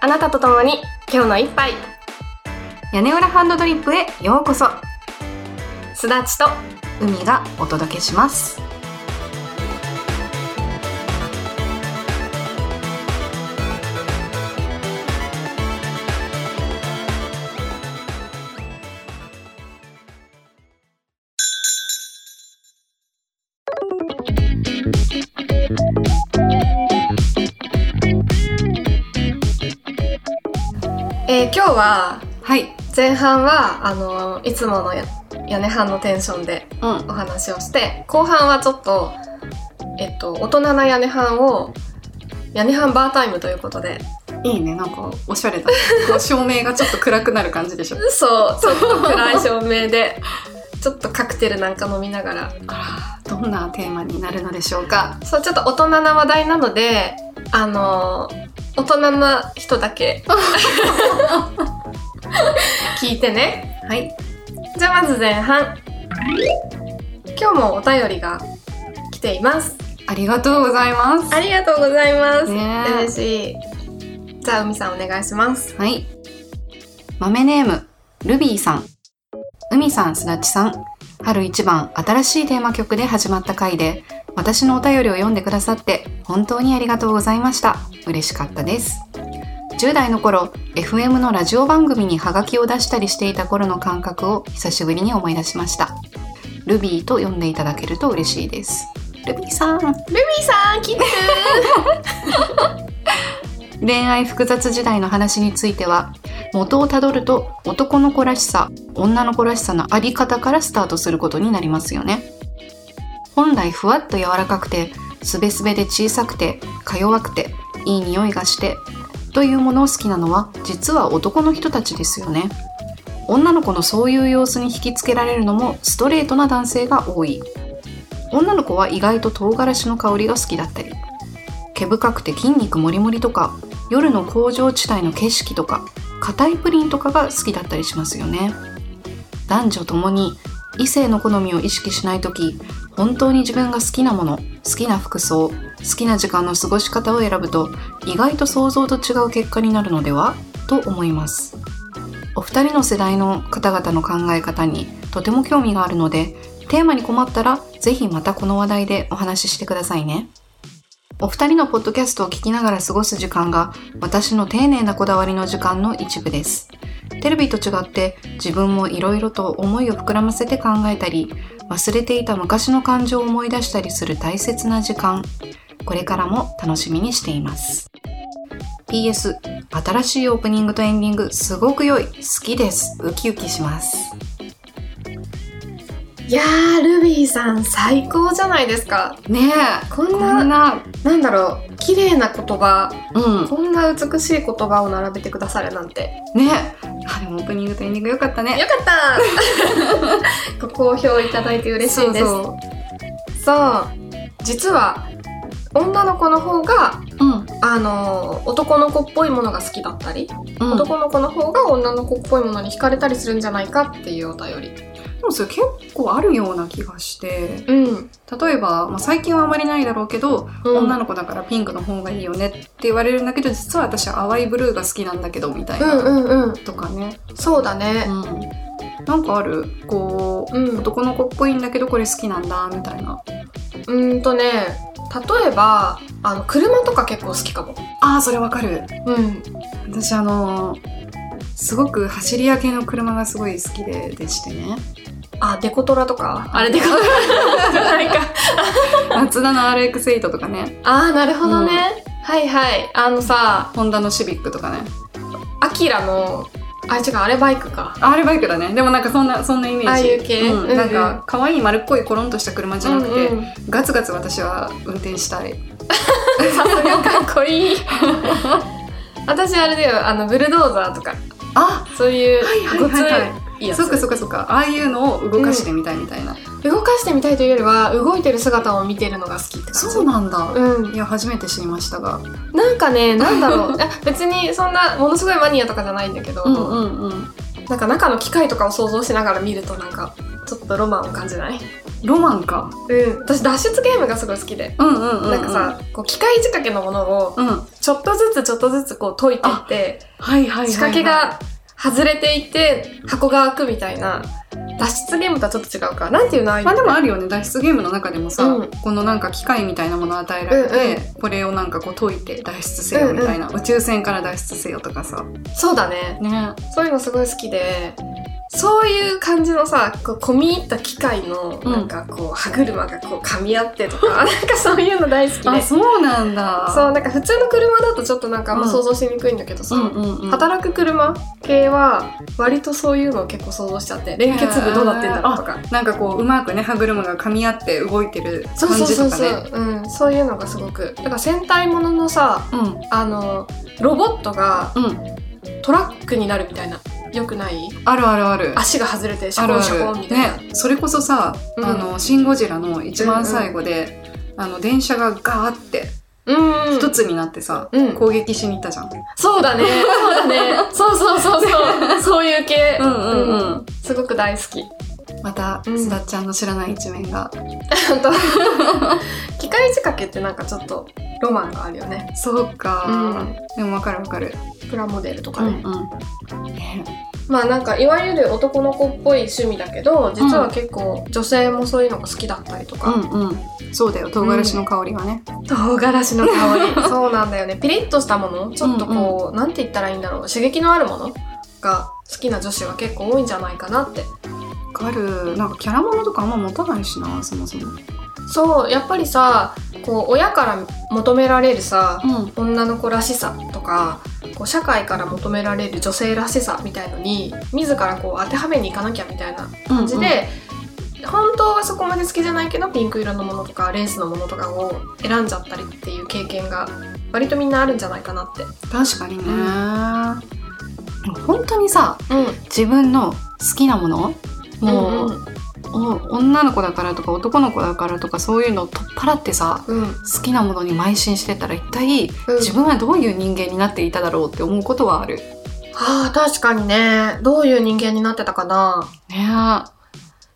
あなたと共に今日の一杯屋根裏ハンドドリップへようこそすだちと海がお届けしますえー今日ははい前半はあのいつものや屋根半のテンションでうんお話をして後半はちょっとえっと大人な屋根半を屋根半バータイムということでいいねなんかおしゃれだねこう照明がちょっと暗くなる感じでしょそうちょっと暗い照明でちょっとカクテルなんか飲みながらあらどんなテーマになるのでしょうかそうちょっと大人な話題なのであの大人な人だ け聞いてねはいじゃあまず前半今日もお便りが来ていますありがとうございますありがとうございます、ねえ嬉しいじゃあ海さんお願いしますはい。豆ネーム、ルビーさん。海さん、すだちさん。春一番、新しいテーマ曲で始まった回で、私のお便りを読んでくださって、本当にありがとうございました。嬉しかったです。10代の頃、FM のラジオ番組にハガキを出したりしていた頃の感覚を久しぶりに思い出しました。ルビーと呼んでいただけると嬉しいです。ルビーさん、海さん聞いて恋愛複雑時代の話については元をたどると男の子らしさ女の子らしさのあり方からスタートすることになりますよね本来ふわっと柔らかくてすべすべで小さくてか弱くていい匂いがしてというものを好きなのは実は男の人たちですよね女の子のそういう様子に引きつけられるのもストレートな男性が多い女の子は意外と唐辛子の香りが好きだったり毛深くて筋肉もりもりとか夜の工場地帯の景色とか硬いプリンとかが好きだったりしますよね男女ともに異性の好みを意識しない時本当に自分が好きなもの好きな服装好きな時間の過ごし方を選ぶと意外と想像と違う結果になるのではと思いますお二人の世代の方々の考え方にとても興味があるのでテーマに困ったらぜひまたこの話題でお話ししてくださいねお二人のポッドキャストを聞きながら過ごす時間が私の丁寧なこだわりの時間の一部です。テレビと違って自分もいろいろと思いを膨らませて考えたり忘れていた昔の感情を思い出したりする大切な時間これからも楽しみにしています PS 新しいオープニングとエンディングすごく良い好きですウキウキします るいやールビーさん最高じゃないですかねこえこんな、んななんだろう綺麗な言葉うんこんな美しい言葉を並べてくださるなんてねえあでもオープニングとエンディング良かった ねよかった ご好評いただいて嬉しいですそそうう実は女の子の方がそううんあの男の子っぽいものが好きだったり、うん男の子の方が女の子っぽいものに惹かれたりするんじゃないかっていうお便りでもそれ結構あるような気がしてうん、例えば、まあ、最近はあまりないだろうけど、女のの子だからピンクの方がいいよねって言われるんだけど実は私は淡いブルーが好きなんだけどみたいな、うんうんうんとかね、そうだねうん、なんかあるこう、うん男の子っぽいんだけどこれ好きなんだみたいなうんとね例えばあの車とか結構好きかもあーそれわかるうん私あのーすごく走り屋系の車がすごい好きででしてねあデコトラとかあれ デコトラじゃないか松田の RX8 とかねああなるほどね、はいはいあのさホンダのシビックとかねアキラのあ違うあれバイクかあれバイクだねでもなんかそんなそんなイメージああいう系うんうんうんなんか可愛い丸っこいコロンとした車じゃなくて、うんうんガツガツ私は運転したいさすがか っこいい私あれだよあのブルドーザーとか あそういうはいごはついはいいいやつそっかそっかそっかああいうのを動かしてみたいみたいな、動かしてみたいというよりは動いてる姿を見てるのが好きって感じそうなんだ、うんいや初めて知りましたがなんか ねなんだろういや別にそんなものすごいマニアとかじゃないんだけど、んうんなんか中の機械とかを想像しながら見るとなんかちょっとロマンを感じないロマンかうん私脱出ゲームがすごい好きで、うんうんうんうんなんかさこう機械仕掛けのものをうんちちょっとずつちょっとずつこう解いていって、はいはいはいはい仕掛けが外れていって箱が開くみたいな、脱出ゲームとはちょっと違うか。なんていうのああいうまのあでもあるよね脱出ゲームの中でもさ、うんこのなんか機械みたいなものを与えられて、うこれをなんかこう解いて脱出せよみたいな、宇宙船から脱出せよとかさそうだね。ねそういうのすごい好きで、そういう感じのさ、こう込み入った機械の、うんなんかこう、歯車がこう噛み合ってとか、 なんかそういうの大好きあで。そうなんだそう、なんか普通の車だとちょっとなんかあんまうん想像しにくいんだけどさ、うんうんうん、働く車系は割とそういうのを結構想像しちゃって連結部どうなってんだろうとかなんかこううまくね歯車が噛み合って動いてるそう感そうじそとうかそう、ねうん、そういうのがすごくだから戦隊もののさうんあのロボットがうんトラックになるみたいなよくないあるあるある足が外れてシあャるコンあシャコンみるたいな、ねそれこそさ、うんあの「シン・ゴジラ」の一番最後で、あの電車がガーってうん一つになってさ、うん攻撃しに行ったじゃん、そうだねそう だねそうそうそうそうそういう系うんうんうんすごく大好きまたうんすだっちゃんの知らない一面が、本当 機械仕掛けってなんかちょっとロマンがあるよねそうか、うでもわかるわかる、プラモデルとかね、うんねまあなんかいわゆる男の子っぽい趣味だけど実は結構女性もそういうのが好きだったりとか、うんうんそうだよ唐辛子の香りがね、唐辛子の香り そうなんだよねピリッとしたものちょっとこう、なんて言ったらいいんだろう刺激のあるものが好きな女子は結構多いんじゃないかなってわかるなんかキャラものとかあんま持たないしなそもそもそうやっぱりさこう親から求められるさうん女の子らしさとかこう社会から求められる女性らしさみたいのに自らこう当てはめにいかなきゃみたいな感じで、本当はそこまで好きじゃないけどピンク色のものとかレースのものとかを選んじゃったりっていう経験が割とみんなあるんじゃないかなって。確かにね、でも本当にさうん、自分の好きなものもう、んお女の子だからとか男の子だからとかそういうのを取っ払ってさうん、好きなものに邁進してたら一体うん自分はどういう人間になっていただろうって思うことはある。はあ確かにねどういう人間になってたかなねえ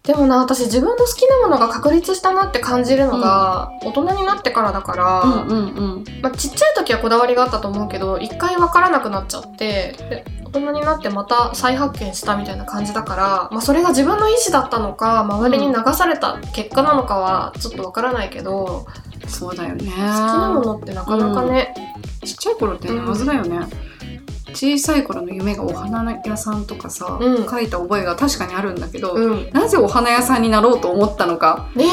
でもな私自分の好きなものが確立したなって感じるのが、大人になってからだから、うんうんうんまあ、ちっちゃい時はこだわりがあったと思うけど一回分からなくなっちゃってで大人になってまた再発見したみたいな感じだから、まあ、それが自分の意思だったのか周りに流された結果なのかはちょっと分からないけど、好そうだよね。きなものってなかなかね、ちっちゃい頃ってねうん謎だよね。小さい頃の夢がお花屋さんとかさ、うん書いた覚えが確かにあるんだけど、うんなぜお花屋さんになろうと思ったのかね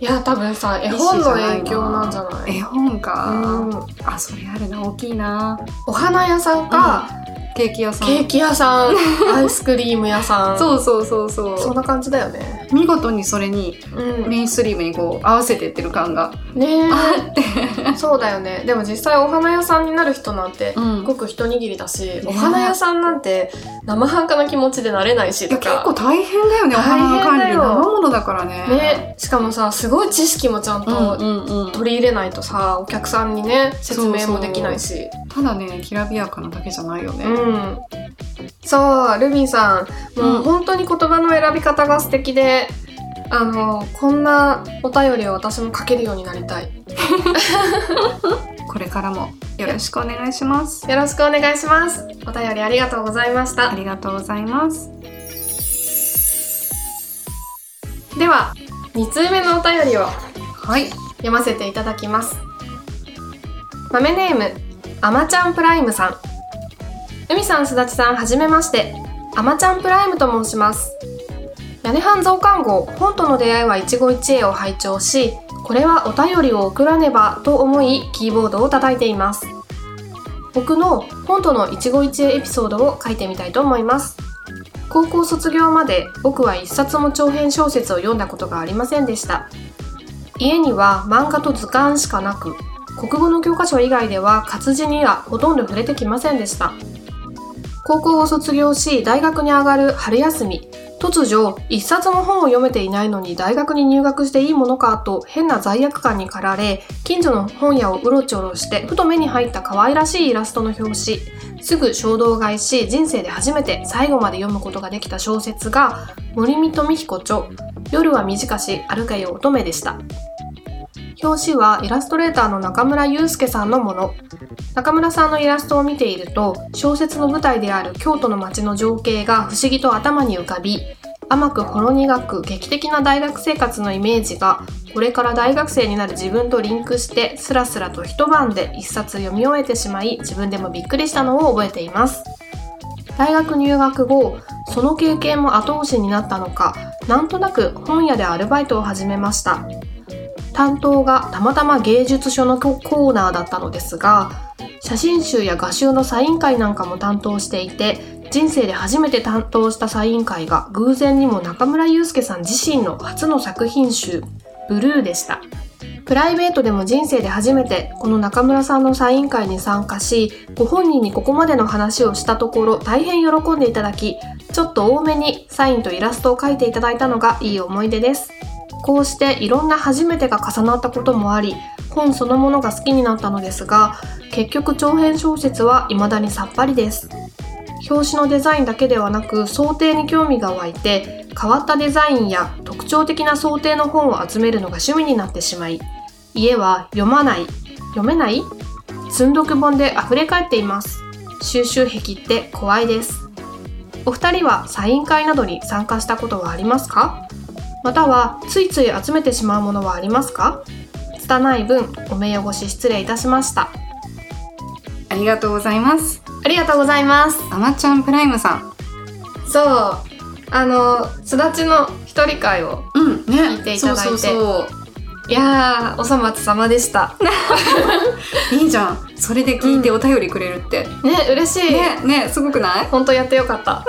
え いや多分さ絵本の影響なんじゃない絵本か、うんあそれあるな大きいなお花屋さんか、ケーキ屋さんケーキ屋さんアイスクリーム屋さんそうそうそうそうそんな感じだよね。見事にそれにうんメインストリームにこう合わせてってる感が ねあって、えそうだよねでも実際お花屋さんになる人なんてうんごく一握りだしねお花屋さんなんて生半可な気持ちでなれないしいやと結構か大変だよねお花の管大理変だよ生ものだからねねしかもさすごい知識もちゃんうんとうんうん取り入れないとさお客さんにね説明もできないしただねきらびやかなだけじゃないよね、うんそうルビーさんもうんう本当に言葉の選び方が素敵であのこんなお便りを私も書けるようになりたいこれからもよろしくお願いしますよろしくお願いしますお便りありがとうございましたありがとうございますでは2通目のお便りをはい読ませていただきます豆ネームあまちゃんプライムさん海さんすだちさんはじめましてあまちゃんプライムと申します屋根半増刊号本との出会いは一期一会を拝聴しこれはお便りを送らねばと思いキーボードを叩いています僕の本との一期一会エピソードを書いてみたいと思います高校卒業まで僕は一冊も長編小説を読んだことがありませんでした家には漫画と図鑑しかなく国語の教科書以外では活字にはほとんど触れてきませんでした高校を卒業し大学に上がる春休み突如一冊も本を読めていないのに大学に入学していいものかと変な罪悪感に駆られ近所の本屋をうろちょろしてふと目に入った可愛らしいイラストの表紙すぐ衝動買いし人生で初めて最後まで読むことができた小説が森見富彦著「夜は短し歩けよ乙女」でした表紙はイラストレーターの中村祐介さんのもの。中村さんのイラストを見ていると、小説の舞台である京都の街の情景が不思議と頭に浮かび、甘くほろ苦く劇的な大学生活のイメージが、これから大学生になる自分とリンクして、スラスラと一晩で一冊読み終えてしまい、自分でもびっくりしたのを覚えています。大学入学後、その経験も後押しになったのか、なんとなく本屋でアルバイトを始めました。担当がたまたま芸術書のココーナーだったのですが写真集や画集のサイン会なんかも担当していて人生で初めて担当したサイン会が偶然にも中村祐介さん自身の初の作品集「ブルー」でしたプライベートでも人生で初めてこの中村さんのサイン会に参加しご本人にここまでの話をしたところ大変喜んでいただきちょっと多めにサインとイラストを描いていただいたのがいい思い出ですこうしていろんな初めてが重なったこともあり本そのものが好きになったのですが結局長編小説は未だにさっぱりです表紙のデザインだけではなく想定に興味が湧いて変わったデザインや特徴的な想定の本を集めるのが趣味になってしまい家は読まない読めない寸読本で溢れ返っています収集癖って怖いですお二人はサイン会などに参加したことはありますかまたはついつい集めてしまうものはありますか拙い分お目汚し失礼いたしましたありがとうございます。ありがとうございますあまちゃんプライムさん。そうあのすだちの一人会をうん、ね。聞いていただいてそうそういやーおさまつさまでしたそう。いいじゃん。それで聞いてお便りくれるって。ね嬉しい、ね、ね、すごくない本当やってよかった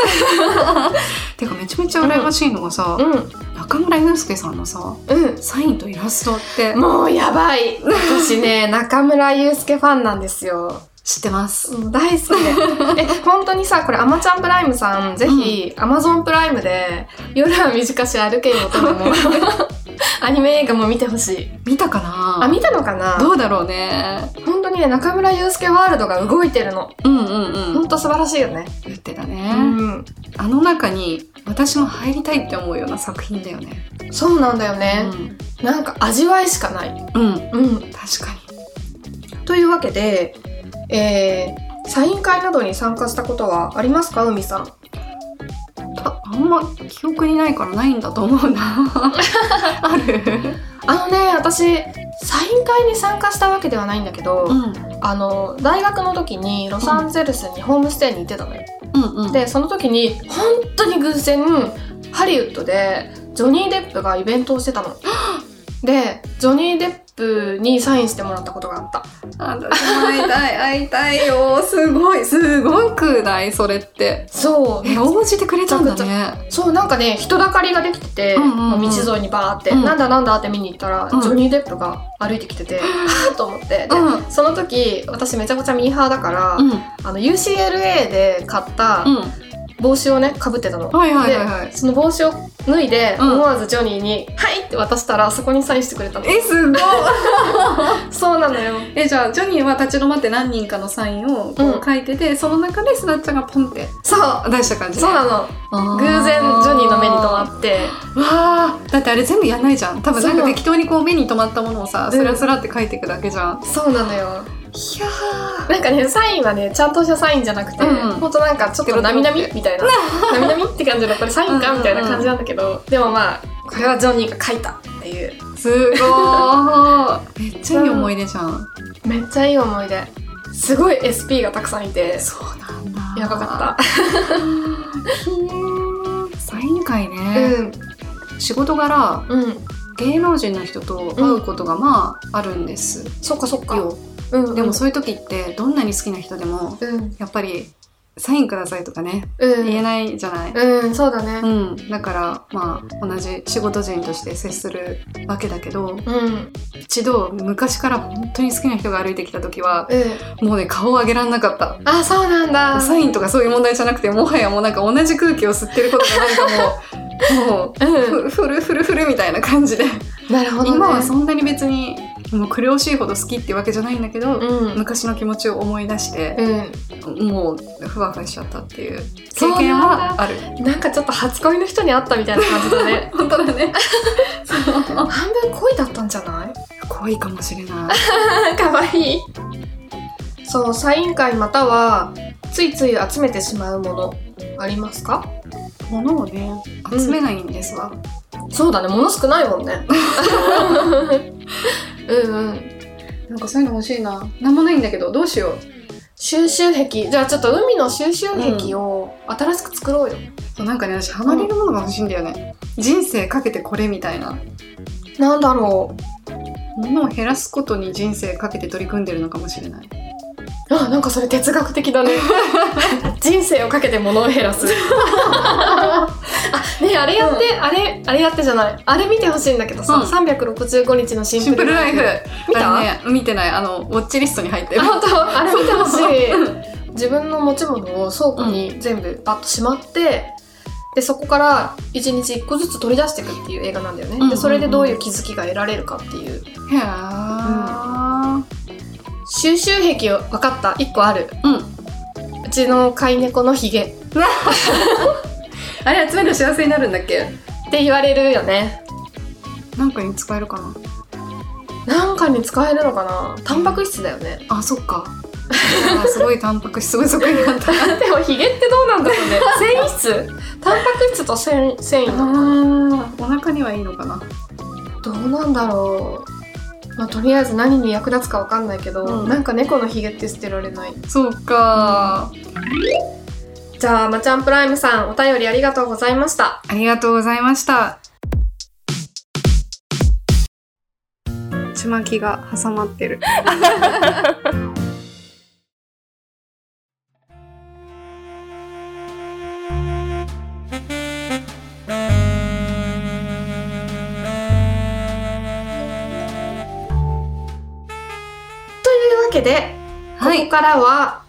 てかめちゃめちゃ羨ましいのがさ、う中村祐介さんのさ、んサインとイラストってうんもうやば い私ね中村祐介ファンなんですよ知ってます。もう大好きで え本当にさこれ「あまちゃんプライム」さんぜひ、アマゾンプライムで「夜は短し歩けよ」と かもアニメ映画も見てほしい見たかなあ見たのかなどうだろうね。本当にね中村祐介ワールドが動いてるのうんうんうん本。当素晴らしいよね言ってたうね。んあの中に私も入りたいって思うような作品だよね。そうなんだよね、なんか味わいしかないうん。うん。うん確かに。というわけでえー、サイン会などに参加したことはありますか海さんたあんま記憶にないからないんだと思うな。 ある。あのね私サイン会に参加したわけではないんだけど、うん。あの大学の時にロサンゼルスにホームステイに行ってたのよ、うんうん。でその時に本当に偶然ハリウッドでジョニー・デップがイベントをしてたのでジョニー・デップにサインしてもらったことがあったあ私も会いたい会いたいよすごいすごくないそれってそうえ応じてくれたんだねそうなんかね人だかりができてて、うんうんうん道沿いにバーって、うんなんだなんだって見に行ったら、うんジョニー・デップが歩いてきてて、あーと思ってでうんその時私めちゃくちゃミーハーだから、うんうんあの UCLA で買った帽子をねかぶってたの、はいはいはいはいでその帽子を脱いでうん思わずジョニーに「はい!」って渡したらそこにサインしてくれたのえすごいそうなのよえじゃあジョニーは立ち止まって何人かのサインをこうんう書いてて、その中でスナッちゃんがポンってそう出した感じそうなの偶然ジョニーの目に留まってたわーだってあれ全部やんないじゃん多分なんそかう適当にこう目に留まったものをさうんスラスラって書いていくだけじゃん、いそうなのよやなんかねサインはねちゃんとしたサインじゃなくて、うんうんほんとなんかちょっとなみなみみたい ななみなみって感じのこれサインうんうんかうんみたいな感じなんだけどでもまあこれはジョニーが書いたっていうーすごーめっちゃいい思い出じゃん、めっちゃいい思い出すごい SP がたくさんいてそうなんだやばかった サイン会ね、うん仕事柄うん芸能人の人と会うことがまああるんですそっかそっかよ、うんうんでもそういう時ってどんなに好きな人でもうんやっぱりサインくださいとかねうん言えないじゃない、うんそうだねうん、だからまあ同じ仕事人として接するわけだけどうん一度昔から本当に好きな人が歩いてきた時はうんもうね顔を上げられなかったあそうなんだサインとかそういう問題じゃなくてもはやもうなんか同じ空気を吸ってることがなんかもうもううふふるふるふるみたいな感じで、んなるほどね今はそんなに別にもう苦しいほど好きってわけじゃないんだけど、うん昔の気持ちを思い出して、うもうふわふわしちゃったっていうそうなんだ経験はあるんなんかちょっと初恋の人に会ったみたいな感じだね本当だね半分恋だったんじゃない可愛いかもしれな い。かわいい。そう、サイン会または、ついつい集めてしまうもの、ありますか物をね、集めないんですわ。そうだね、物少ないもんね。 うんうん。なんかそういうの欲しいな。なんもないんだけど、どうしよう。収集壁。じゃあちょっと海の収集壁を新しく作ろうよ。そうなんかね、私ハマれるものが欲しいんだよね。人生かけてこれみたいな。なんだろう。物を減らすことに人生かけて取り組んでるのかもしれない。あ、なんかそれ哲学的だね。人生をかけて物を減らす。 あ、ねえあれやって、あれ、あれやってじゃない。あれ見てほしいんだけどさ、うん365日のシンシンププルルライフ。見たあれね、見てない。あの、ウォッチリストに入ってるあ。本当あれ見てほしい自分の持ち物を倉庫に全部バッとしまって、でそこから1日1個ずつ取り出していくっていう映画なんだよね、んうんうんでそれでどういう気づきが得られるかっていうへー収集癖を分かった1個あるうん。うちの飼い猫のヒゲあれ集めると幸せになるんだっけって言われるよねなんかに使えるかななんかに使えるのかなタンパク質だよねあ、そっか。あすごいタンパク質不足になった。でもヒゲってどうなんだろうね繊維質タンパク質と繊繊維なのあお腹にはいいのかな。どうなんだろう、まあ、とりあえず何に役立つかわかんないけど、うんなんか猫のひげって捨てられないそうか、じゃあまちゃんプライムさんお便りありがとうございましたありがとうございました。ちまきが挟まってる。というわけで、ここ。からは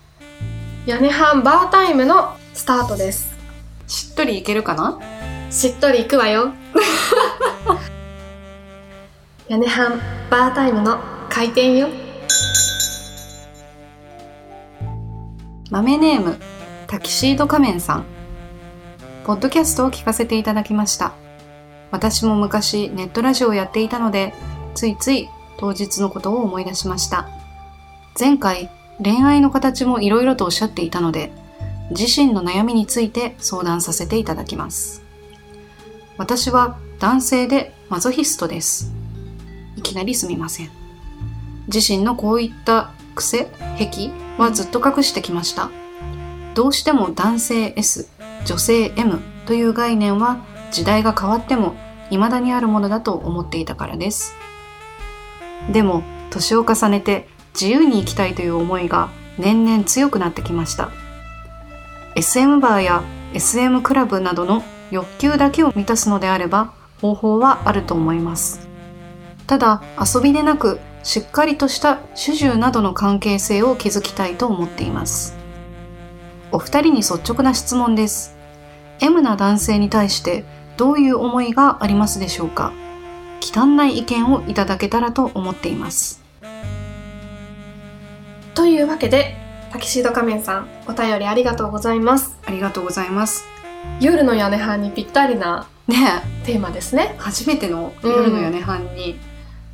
屋根半バータイムのスタートですしっとりいけるかな。しっとりいくわよ 屋根半バータイムの開店よ豆ネームタキシード仮面さんポッドキャストを聞かせていただきました私も昔ネットラジオをやっていたのでついつい当日のことを思い出しました前回恋愛の形もいろいろとおっしゃっていたので自身の悩みについて相談させていただきます私は男性でマゾヒストですいきなりすみません自身のこういった癖癖はずっと隠してきましたどうしても男性 S 女性 M という概念は時代が変わっても未だにあるものだと思っていたからですでも年を重ねて自由に生きたいという思いが年々強くなってきました SM バーや SM クラブなどの欲求だけを満たすのであれば方法はあると思いますただ遊びでなくしっかりとした主従などの関係性を築きたいと思っていますお二人に率直な質問です M な男性に対してどういう思いがありますでしょうか忌憚ない意見をいただけたらと思っていますというわけでタキシード仮面さんお便りありがとうございますありがとうございます夜の屋根半にぴったりなねテーマですねえ初めてのうん夜の屋根班に、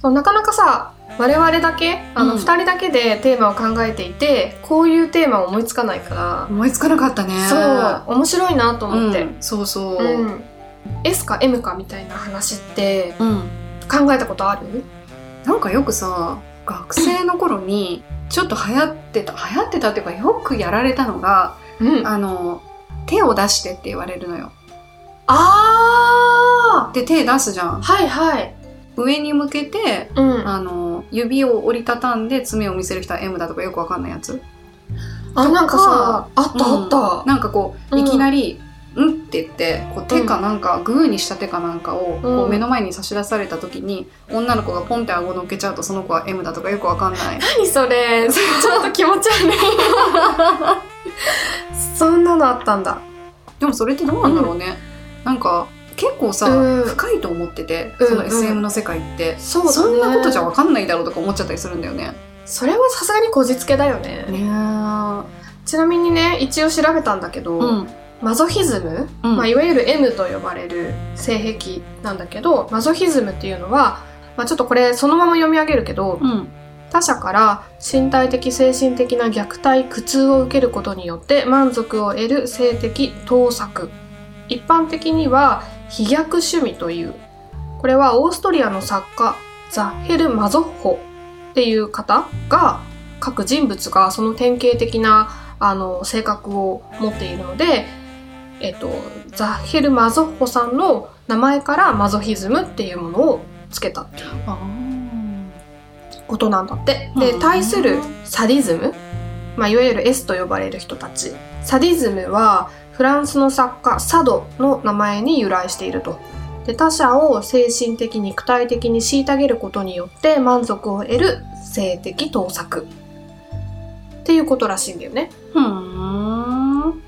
そうなかなかさ我々だけあのうん2人だけでテーマを考えていて、こういうテーマを思いつかないか思いつかなかったねら、そう面白いなと思って、んそうそうう、ん S か M かみたいな話ってうん、考えたことあるなんかよくさ学生の頃にちょっと流行ってた流行ってたっていうかよくやられたのがうんああの手を出してって言われるのよあで手出すじゃーんはいはい上に向けてうんああの指を折りたたんで爪を見せる人は M だとかよくわかんないやつなんかさあったあった、なんかこううんいきなり「うん」って言ってこう手かなんかグーにした手かなんかをこううん目の前に差し出された時に女の子がポンって顎乗っけちゃうとその子は M だとかよくわかんない何そ れちょっと気持ち悪い そんなのあったんだでもそれってどうなんだろうね、なんか結構さ、うん深いと思っててうんそのうん SM の世界って、そうだねそんなことじゃ分かんないだろうとか思っちゃったりするんだよね。それはさすがにこじつけだよねねーちなみにね一応調べたんだけど、うんマゾヒズム、うんまあ、いわゆる M と呼ばれる性癖なんだけどマゾヒズムっていうのはまあ、ちょっとこれそのまま読み上げるけど、うん他者から身体的精神的な虐待苦痛を受けることによって満足を得る性的盗作一般的には飛躍趣味というこれはオーストリアの作家ザ・ヘル・マゾッホっていう方が各人物がその典型的なあの性格を持っているので、えっと、ザ・ヘル・マゾッホさんの名前からマゾヒズムっていうものをつけたあことなんだって。うで、ん対するサディズム、まあ、いわゆる S と呼ばれる人たち。サディズムはフランスの作家サドの名前に由来していると。で、他者を精神的肉体的に虐げることによって満足を得る性的盗作。っていうことらしいんだよね。ーふーん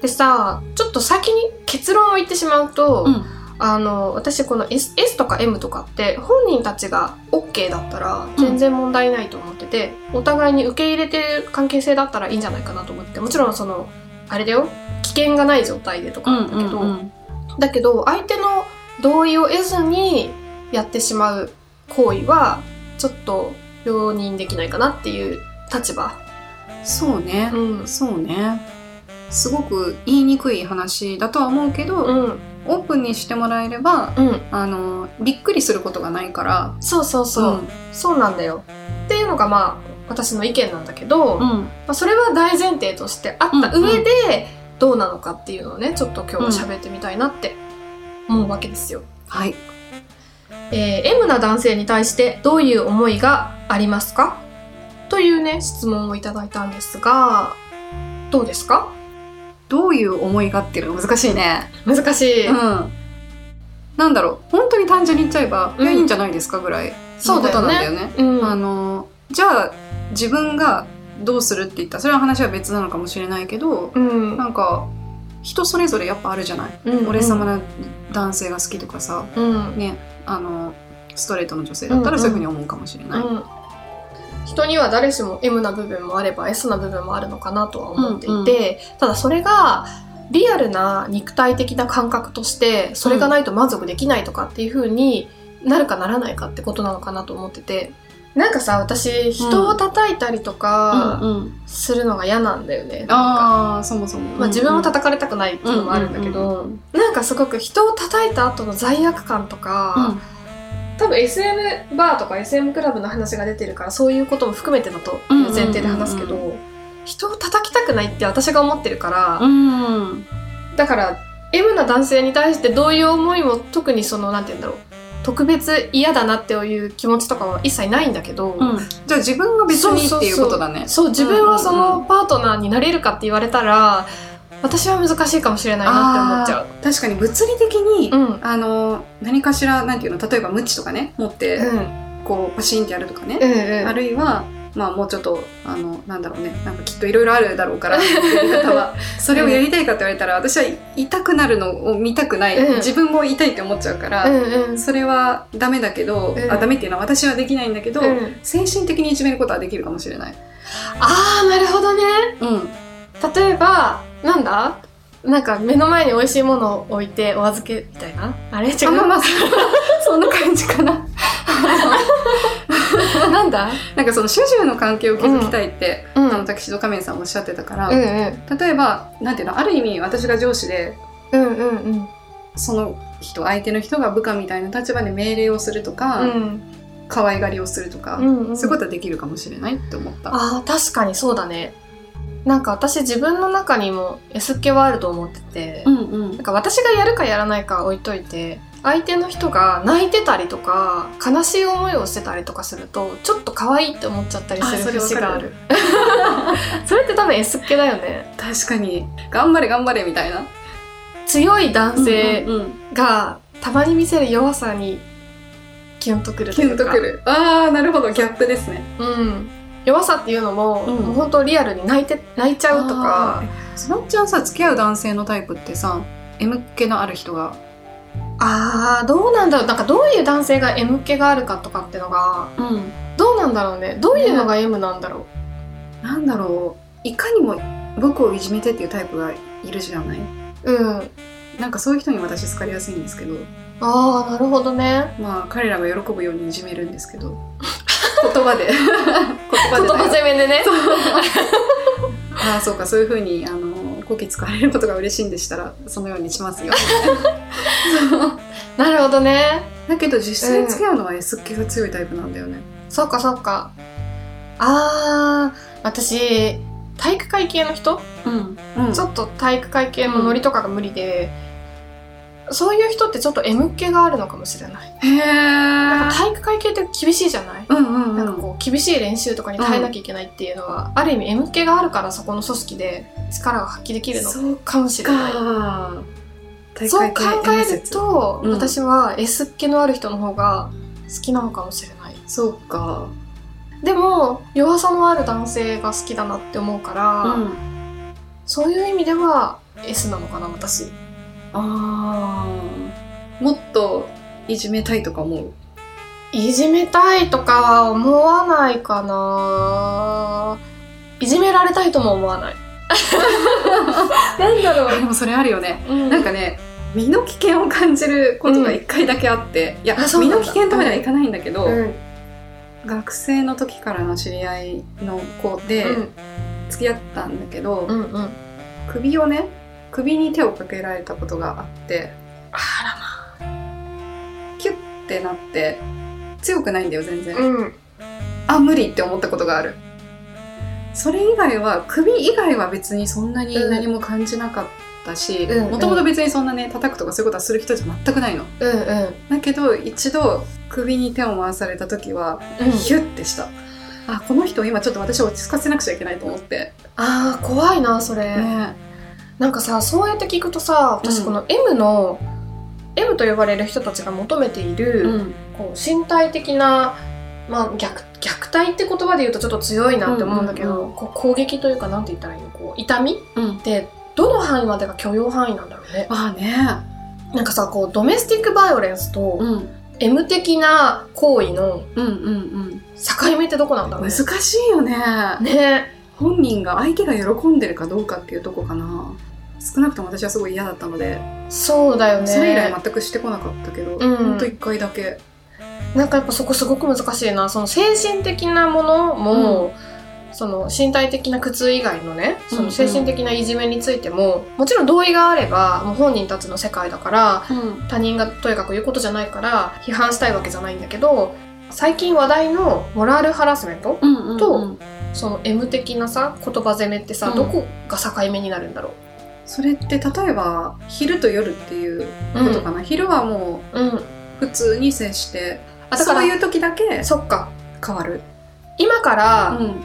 でさ、ちょっと先に結論を言ってしまうと、うんあの私この S, S とか M とかって本人たちが OK だったら全然問題ないと思ってて、お互いに受け入れてる関係性だったらいいんじゃないかなと思ってもちろんそのあれだよ危険がない状態でとかなんだけど、うんだけど相手の同意を得ずにやってしまう行為はちょっと容認できないかなっていう立場。そうねう、んそうねすごく言いにくい話だとは思うけど、うんオープンにしてもらえればうん、あのびっくりすることがないからそうそうそう、そうなんだよっていうのがまあ私の意見なんだけど、うん、うんまあ、それは大前提としてあった上でどうなのかっていうのをねちょっと今日は喋ってみたいなって思うわけですよ。はいえー M な男性に対してどういう思いがありますかというね質問をいただいたんですがどうですかどういう思いがっていうのが難しいね難しい、うんなんだろう本当に単純に言っちゃえば、うんいやいいんじゃないですかぐらいそうだよねのことなんだよね、うんあのじゃあ自分がどうするって言ったらそれは話は別なのかもしれないけど、うんなんか人それぞれやっぱあるじゃない、うん俺様な男性が好きとかさうん、うんねあのストレートの女性だったうんうらんそういうふうに思うかもしれない、人には誰しも M な部分もあれば S な部分もあるのかなとは思っていて、ただそれがリアルな肉体的な感覚としてそれがないと満足できないとかっていう風になるかならないかってことなのかなと思っててなんかさ私人を叩いたりとかうんうんするのが嫌なんだよね。なんかああそもそも、まあ、自分をた叩かれたくないっていうのもあるんだけど、うんなんかすごく人を叩いた後の罪悪感とか、多分 SM バーとか SM クラブの話が出てるからそういうことも含めてだとうんうんうんうん前提で話すけど、人を叩きたくないって私が思ってるから、うんうんだから M な男性に対してどういう思いも特にそのなんて言うんだろう特別嫌だなっていう気持ちとかは一切ないんだけど、うんじゃあ自分が別にっていうことだねそう自分はそうんうんのパートナーになれるかって言われたら私は難しいかもしれないなって思っちゃう。確かに物理的に、うんあの何かしらなんていうの例えばムチとかね持って、うんこうパシンってやるとかね、うんうあんるいはまあもうちょっとあのなんだろうねなんかきっといろいろあるだろうからやり方はそれをやりたいかって言われたら私は痛くなるのを見たくない、うん自分も痛いって思っちゃうから、うんうんそれはダメだけど、うんあダメっていうのは私はできないんだけど、うん精神的にいじめることはできるかもしれない。ああなるほどねうん、例えばなんだなんか目の前に美味しいものを置いてお預けみたいなあれ違あうまあまあそそんな感じかな。なんだなんかその主従の関係を築きたいって、うんうあのんタキシード仮面さんおっしゃってたから、うん例えばなんていうのある意味私が上司でうんうんうんその人相手の人が部下みたいな立場で命令をするとか、うん可愛がりをするとか、うんうんそういうことはできるかもしれないって思った。あー確かにそうだねなんか私自分の中にも S 系はあると思ってて、うんうんなんか私がやるかやらないか置いといて相手の人が泣いてたりとか悲しい思いをしてたりとかするとちょっと可愛いって思っちゃったりすあそれるわか節るがあるそれって多分 S 系だよね確かに頑張れ頑張れみたいな。強い男性、うんうんうんがたまに見せる弱さにキュンとくるとキいュうンとかくる。ああなるほどギャップですね。うん、弱さっていうのも,、うんもう本当リアルに泣いて泣いちゃうとかそのっちゃんさ付き合う男性のタイプってさ M 系のある人が、あーどうなんだろうなんかどういう男性が M 系があるかとかっていうのがうん、どうなんだろうねどういうのが M なんだろ、なんだろういかにも僕をいじめてっていうタイプがいるじゃないううんなんかそういう人に私好かれやすいんですけどああなるほどねまあ彼らが喜ぶようにいじめるんですけど 言葉で 言葉言でだ葉よ攻めでねああそうかそういうふうにあのこき使われることが嬉しいんでしたらそのようにしますよなるほどねだけど実際付き合うのは S 気が強いタイプなんだよね、そうかそうかあー私体育会系の人、うんちょっと体育会系のノリとかが無理で、そういう人ってちょっと M 系があるのかもしれないへえなんか体育会系って厳しいじゃない、うんうんうなんんかこう厳しい練習とかに耐えなきゃいけないっていうのは、ある意味 M 系があるからそこの組織で力が発揮できるのそうかもしれないか体そう育考会系え M る説と、うん私は S っ気のある人の方が好きなのかもしれないそうかでも弱さのある男性が好きだなって思うから、うんそういう意味では S なのかな私あーもっといじめたいとか思ういじめたいとかは思わないかないじめられたいとも思わないなんだあろ でもそれあるよねう、うんなんかね身の危険を感じることが一回だけあって、いやあそうな身んだの危険とまではいかないんだけど、うん学生の時からの知り合いの子で付き合ったんだけど、うんうん首をね首に手をかけられたことがあってあキュッてなって強くないんだよ全然、らまうんあ無理って思ったことがあるそれ以外は首以外は別にそんなに何も感じなかったしうんもともと別にそんなね叩くとかそういうことはする人じゃ全くないのうんうんだけど一度首に手を回された時はヒュッてした、あこの人今ちょっと私を落ち着かせなくちゃいけないと思って、あー怖いなそれ、ねなんかさそうやって聞くとさ私この M の、M と呼ばれる人たちが求めている、うん、こう身体的な、まあ、虐虐待って言葉で言うとちょっと強いなって思うんだけど、うんうんこう攻撃というかなんて言ったらいいのこう痛みうん、ってどの範囲までが許容範囲なんだろうねああねなんかさこうドメスティックバイオレンスとん M 的な行為のうんうん境目ってどこなんだろう難ねしいよねね本人が相手が喜んでるかどうかっていうとこかな少なくとも私はすごい嫌だったので、そうだよねそれ以来全くしてこなかったけど、うんほんと一回だけなんかやっぱそこすごく難しいなその精神的なものも、その身体的な苦痛以外のねその精神的ないじめについても、もちろん同意があればもう本人たちの世界だからうん他人がとにかく言うことじゃないから批判したいわけじゃないんだけど最近話題のモラルハラスメントうんうんとその M 的なさ言葉攻めってさ、うんどこが境目になるんだろそれって例えば昼と夜っていうう、ことかな、昼はもうん、う普通に接してあだからそういう時だけそっか変わる、今かうらん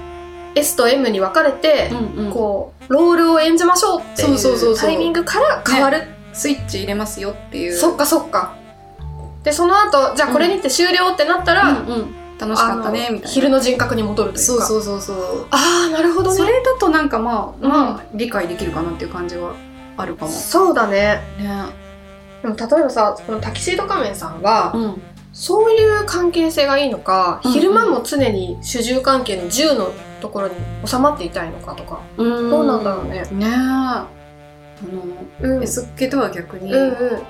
S と M に分かれて、うんうん、こうロールを演じましょうっていそうそうそううそタうイミングから変わる、スイッチ入れますよっていうそっかそっかでその後じゃあこれにて終了ってなったら、うんうん楽しかったねあのみたいな昼の人格に戻るというかそうそうそうそうああなるほどそねれだとなんかまあ、うんまあ理解できるかなっていう感じはあるかも。そうだねね。でも例えばさこのタキシード仮面さんは、うん。そういう関係性がいいのか、うんうん昼間も常に主従関係の10のところに収まっていたいのかとか、どどうなんだろうねね。あの、うん、 S 系とは逆に、うんうん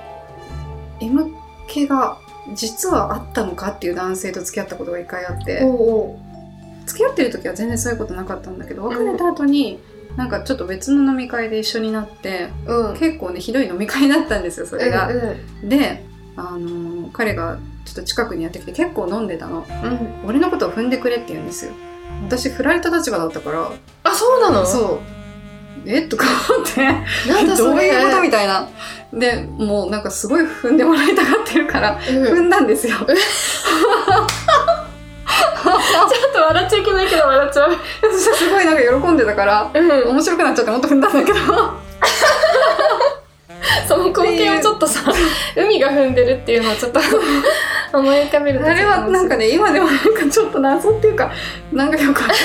M 系が実はあったのかっていう男性と付き合ったことが一回あって、おうおう付き合ってる時は全然そういうことなかったんだけど、別れた後に、なんかちょっと別の飲み会で一緒になって、うん結構ね、ひどい飲み会だったんですよ、それが。うんうんで、あの、彼がちょっと近くにやってきて結構飲んでたの。うん俺のことを踏んでくれって言うんですよ私振られた立場だったから、あそうなのそうえ とか思ってなんだそれ どういうことみたいなでもうなんかすごい踏んでもらいたがってるからうん踏んだんですよ、ちょっと笑っちゃいけないけど笑っちゃう。私はすごいなんか喜んでたからうん。面白くなっちゃってもっと踏んだんだけど その光景をちょっとさ、海が踏んでるっていうのを ちょっと思い浮かべると。あれはなんか。ね今でもなんかちょっと謎っていうかなんかよくわかん ない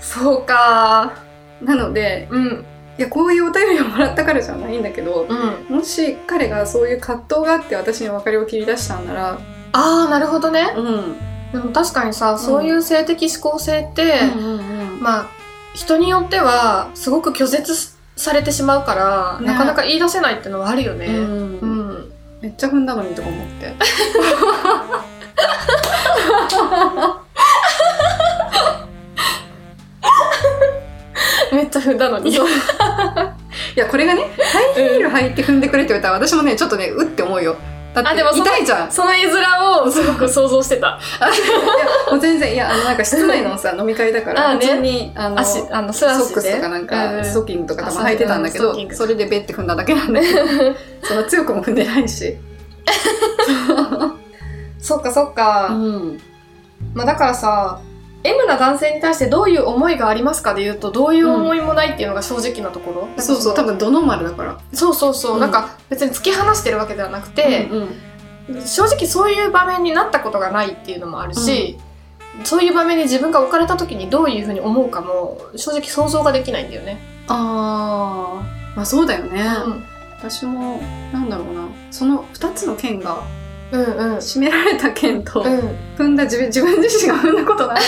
そうか。うんなのでうん。いやこういうお便りをもらったからじゃないんだけどうん。もし彼がそういう葛藤があって私に別れを切り出したんならああ、なるほどね。うんでも確かにさ、そういう性的指向性って、うんまあ、人によっては、すごく拒絶されてしまうから、ねなかなか言い出せないっていうのはあるよね。うんうん。めっちゃ踏んだのにとか思って。めっちゃ踏んだのに。いや、これがね、ハイヒール履いて踏んでくれって言われたら、私もね、ちょっとね、うって思うよ。だあでもって、その痛いじゃん。その絵面をすごく想像してた。あいやもう全然、いや、あの、なんか室内のさ、飲み会だか ら、あね普通に、あの、足、あの、素足で。ソックスとかなんうか、んストッキングとかたまに履いてたんだけどあそううんストッキン、グそれでベッて踏んだだけなん だけど、そんな強くも踏んでないし。そっかそっか。うん。まあだからさ、M な男性に対してどういう思いがありますかで言うと、どういう思いもないっていうのが正直なところ。なんかそうそう、多分ドノーマルだから。そうそうそう、うんなんか別に突き放してるわけではなくて、うんうん正直そういう場面になったことがないっていうのもあるし、そういう場面に自分が置かれた時にどういうふうに思うかも正直想像ができないんだよね。あー、まあそうだよね。うん私も、なんだろうな、その2つの剣が、うんうん締められた剣と、うん踏んだ自分自分自身が踏んだことの ある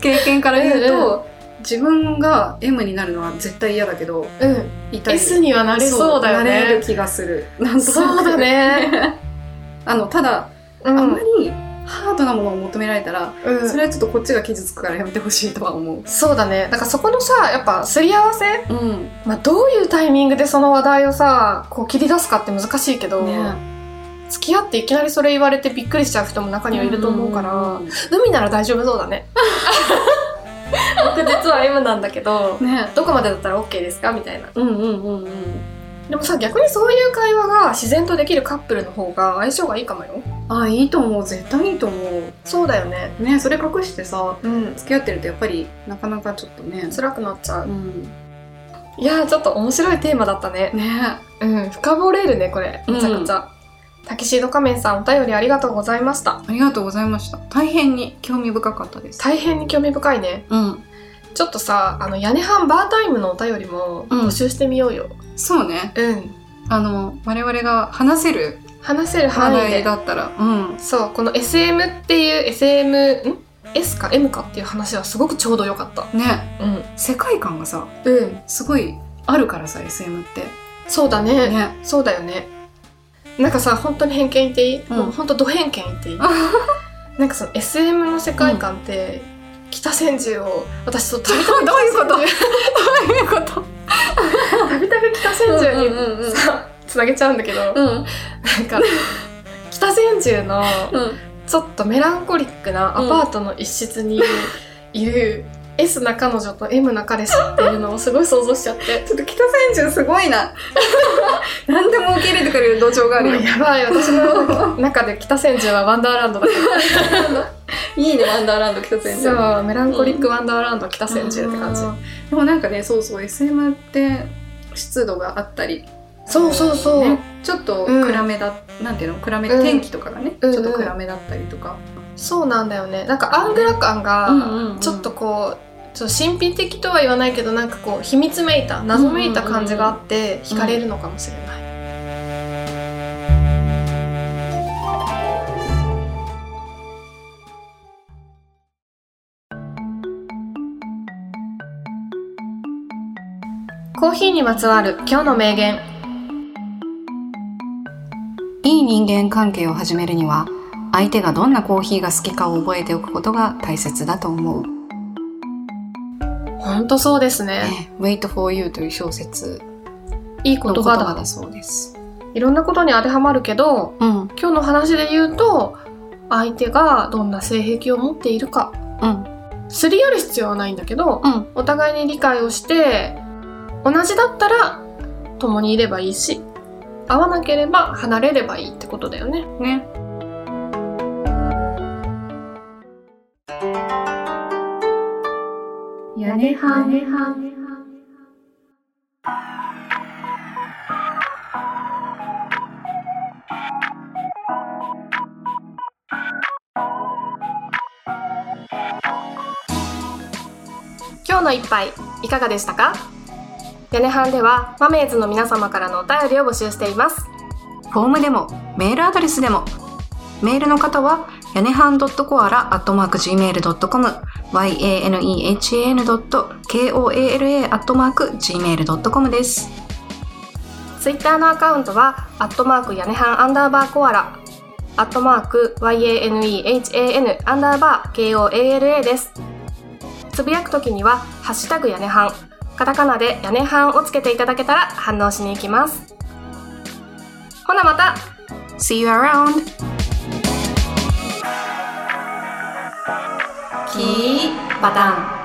経験から言ううんと自分が M になるのは絶対嫌だけどうん痛い S にはなれそうだよなれるね。気がするなんとなくそうだね。 あのただ、うんあんまりハードなものを求められたら、うんそれはちょっとこっちが傷つくからやめてほしいとは思うそうだね。だからそこのさ、やっぱすり合わせうんまあ、どういうタイミングでその話題をさこう切り出すかって難しいけど、ね付き合っていきなりそれ言われてびっくりしちゃう人も中にはいると思うから、ん海なら大丈夫そうだ ね僕実は M なんだけどねどこまでだったら OK ですかみたいなうんうんうんうんでもさ逆にそういう会話が自然とできるカップルの方が相性がいいかもよあいいと思う絶対いいと思そうだよねうねそれ隠してさうん付き合ってるとやっぱりなかなかちょっとね辛くなっちゃううんいやーちょっと面白いテーマだったねねうん深掘れるねこれめちゃくちゃ、タキシード仮面さんお便りありがとうございましたありがとうございました。大変に興味深かったです。大変に興味深いねうん。ちょっとさ、あの、屋根半バータイムのお便りもうん募集してみようよ。そうね。うん。あの、我々が話せる話せる話範囲題で。だったら、うん。そう、この SM っていう SM、ん ?S か M かっていう話はすごくちょうどよかった。ね、うん。世界観がさ、うん。すごいあるからさ、SM って。そうだね。ね。そうだよね。なんかさ、本当に偏見言っていい、うんもう本当ド偏見言っていいなんかその SM の世界観って、北千住を、私そう、たびたび どういうこと北千住と たいうこと。びたび北千住にんうん。さ、つなげちゃうんだけど、うん。なんか、北千住の、ちょっとメランコリックなアパートの一室にいる S な彼女と M な彼氏っていうのをすごい想像しちゃって。ちょっと北千住すごいな。 何でも受け入れてくれる土壌があもるう よ。やばい、私の 中で北千住はワンダーランドだかいいね、ワンダーランド北千ら。住。そう、メランコリックワンダーランド北千住って感じ。じ。でもなんかね、そうそう、SM って湿度があったり、そうそうそう。ね、ちょっと暗めだ、なんていうの暗め、うん天気とかがね、うんうんちょっと暗めだったりとか、そうなんだよね。なんかアングラ感うんうんうがん、ちょっとこう、ちょっと神秘的とは言わないけど、なんかこう、秘密めいた、謎めいた感じがあって、惹かれるのかもしれない。コーヒーにまつわる今日の名言いい人間関係を始めるには相手がどんなコーヒーが好きかを覚えておくことが大切だと思う、ほんとそうですねね、Wait for you という小説いい言の言葉葉だだそうですいろんなことに当てはまるけどうんうん今日の話で言うと相手がどんな性癖を持っているかすり寄る必要はないんだけどうんお互いに理解をして同じだったら共にいればいいし合わなければ離れればいいってことだよねね屋根はね今日の一杯いかがでしたか屋根班ではマメーズの皆様からのお便りを募集していますフォームでもメールアドレスでもメールの方はやねはん .coala.gmail.com yanehan.koala.gmail.com ですツイッターのアカウントは、アットマーク屋根半アンダーバーコアラ、アットマーク YANEHAN アンダーバー KOALA です。つぶやくときには、ハッシュタグ屋根半、カタカナで屋根半をつけていただけたら反応しに行きます。ほなまた See you around! キーバタン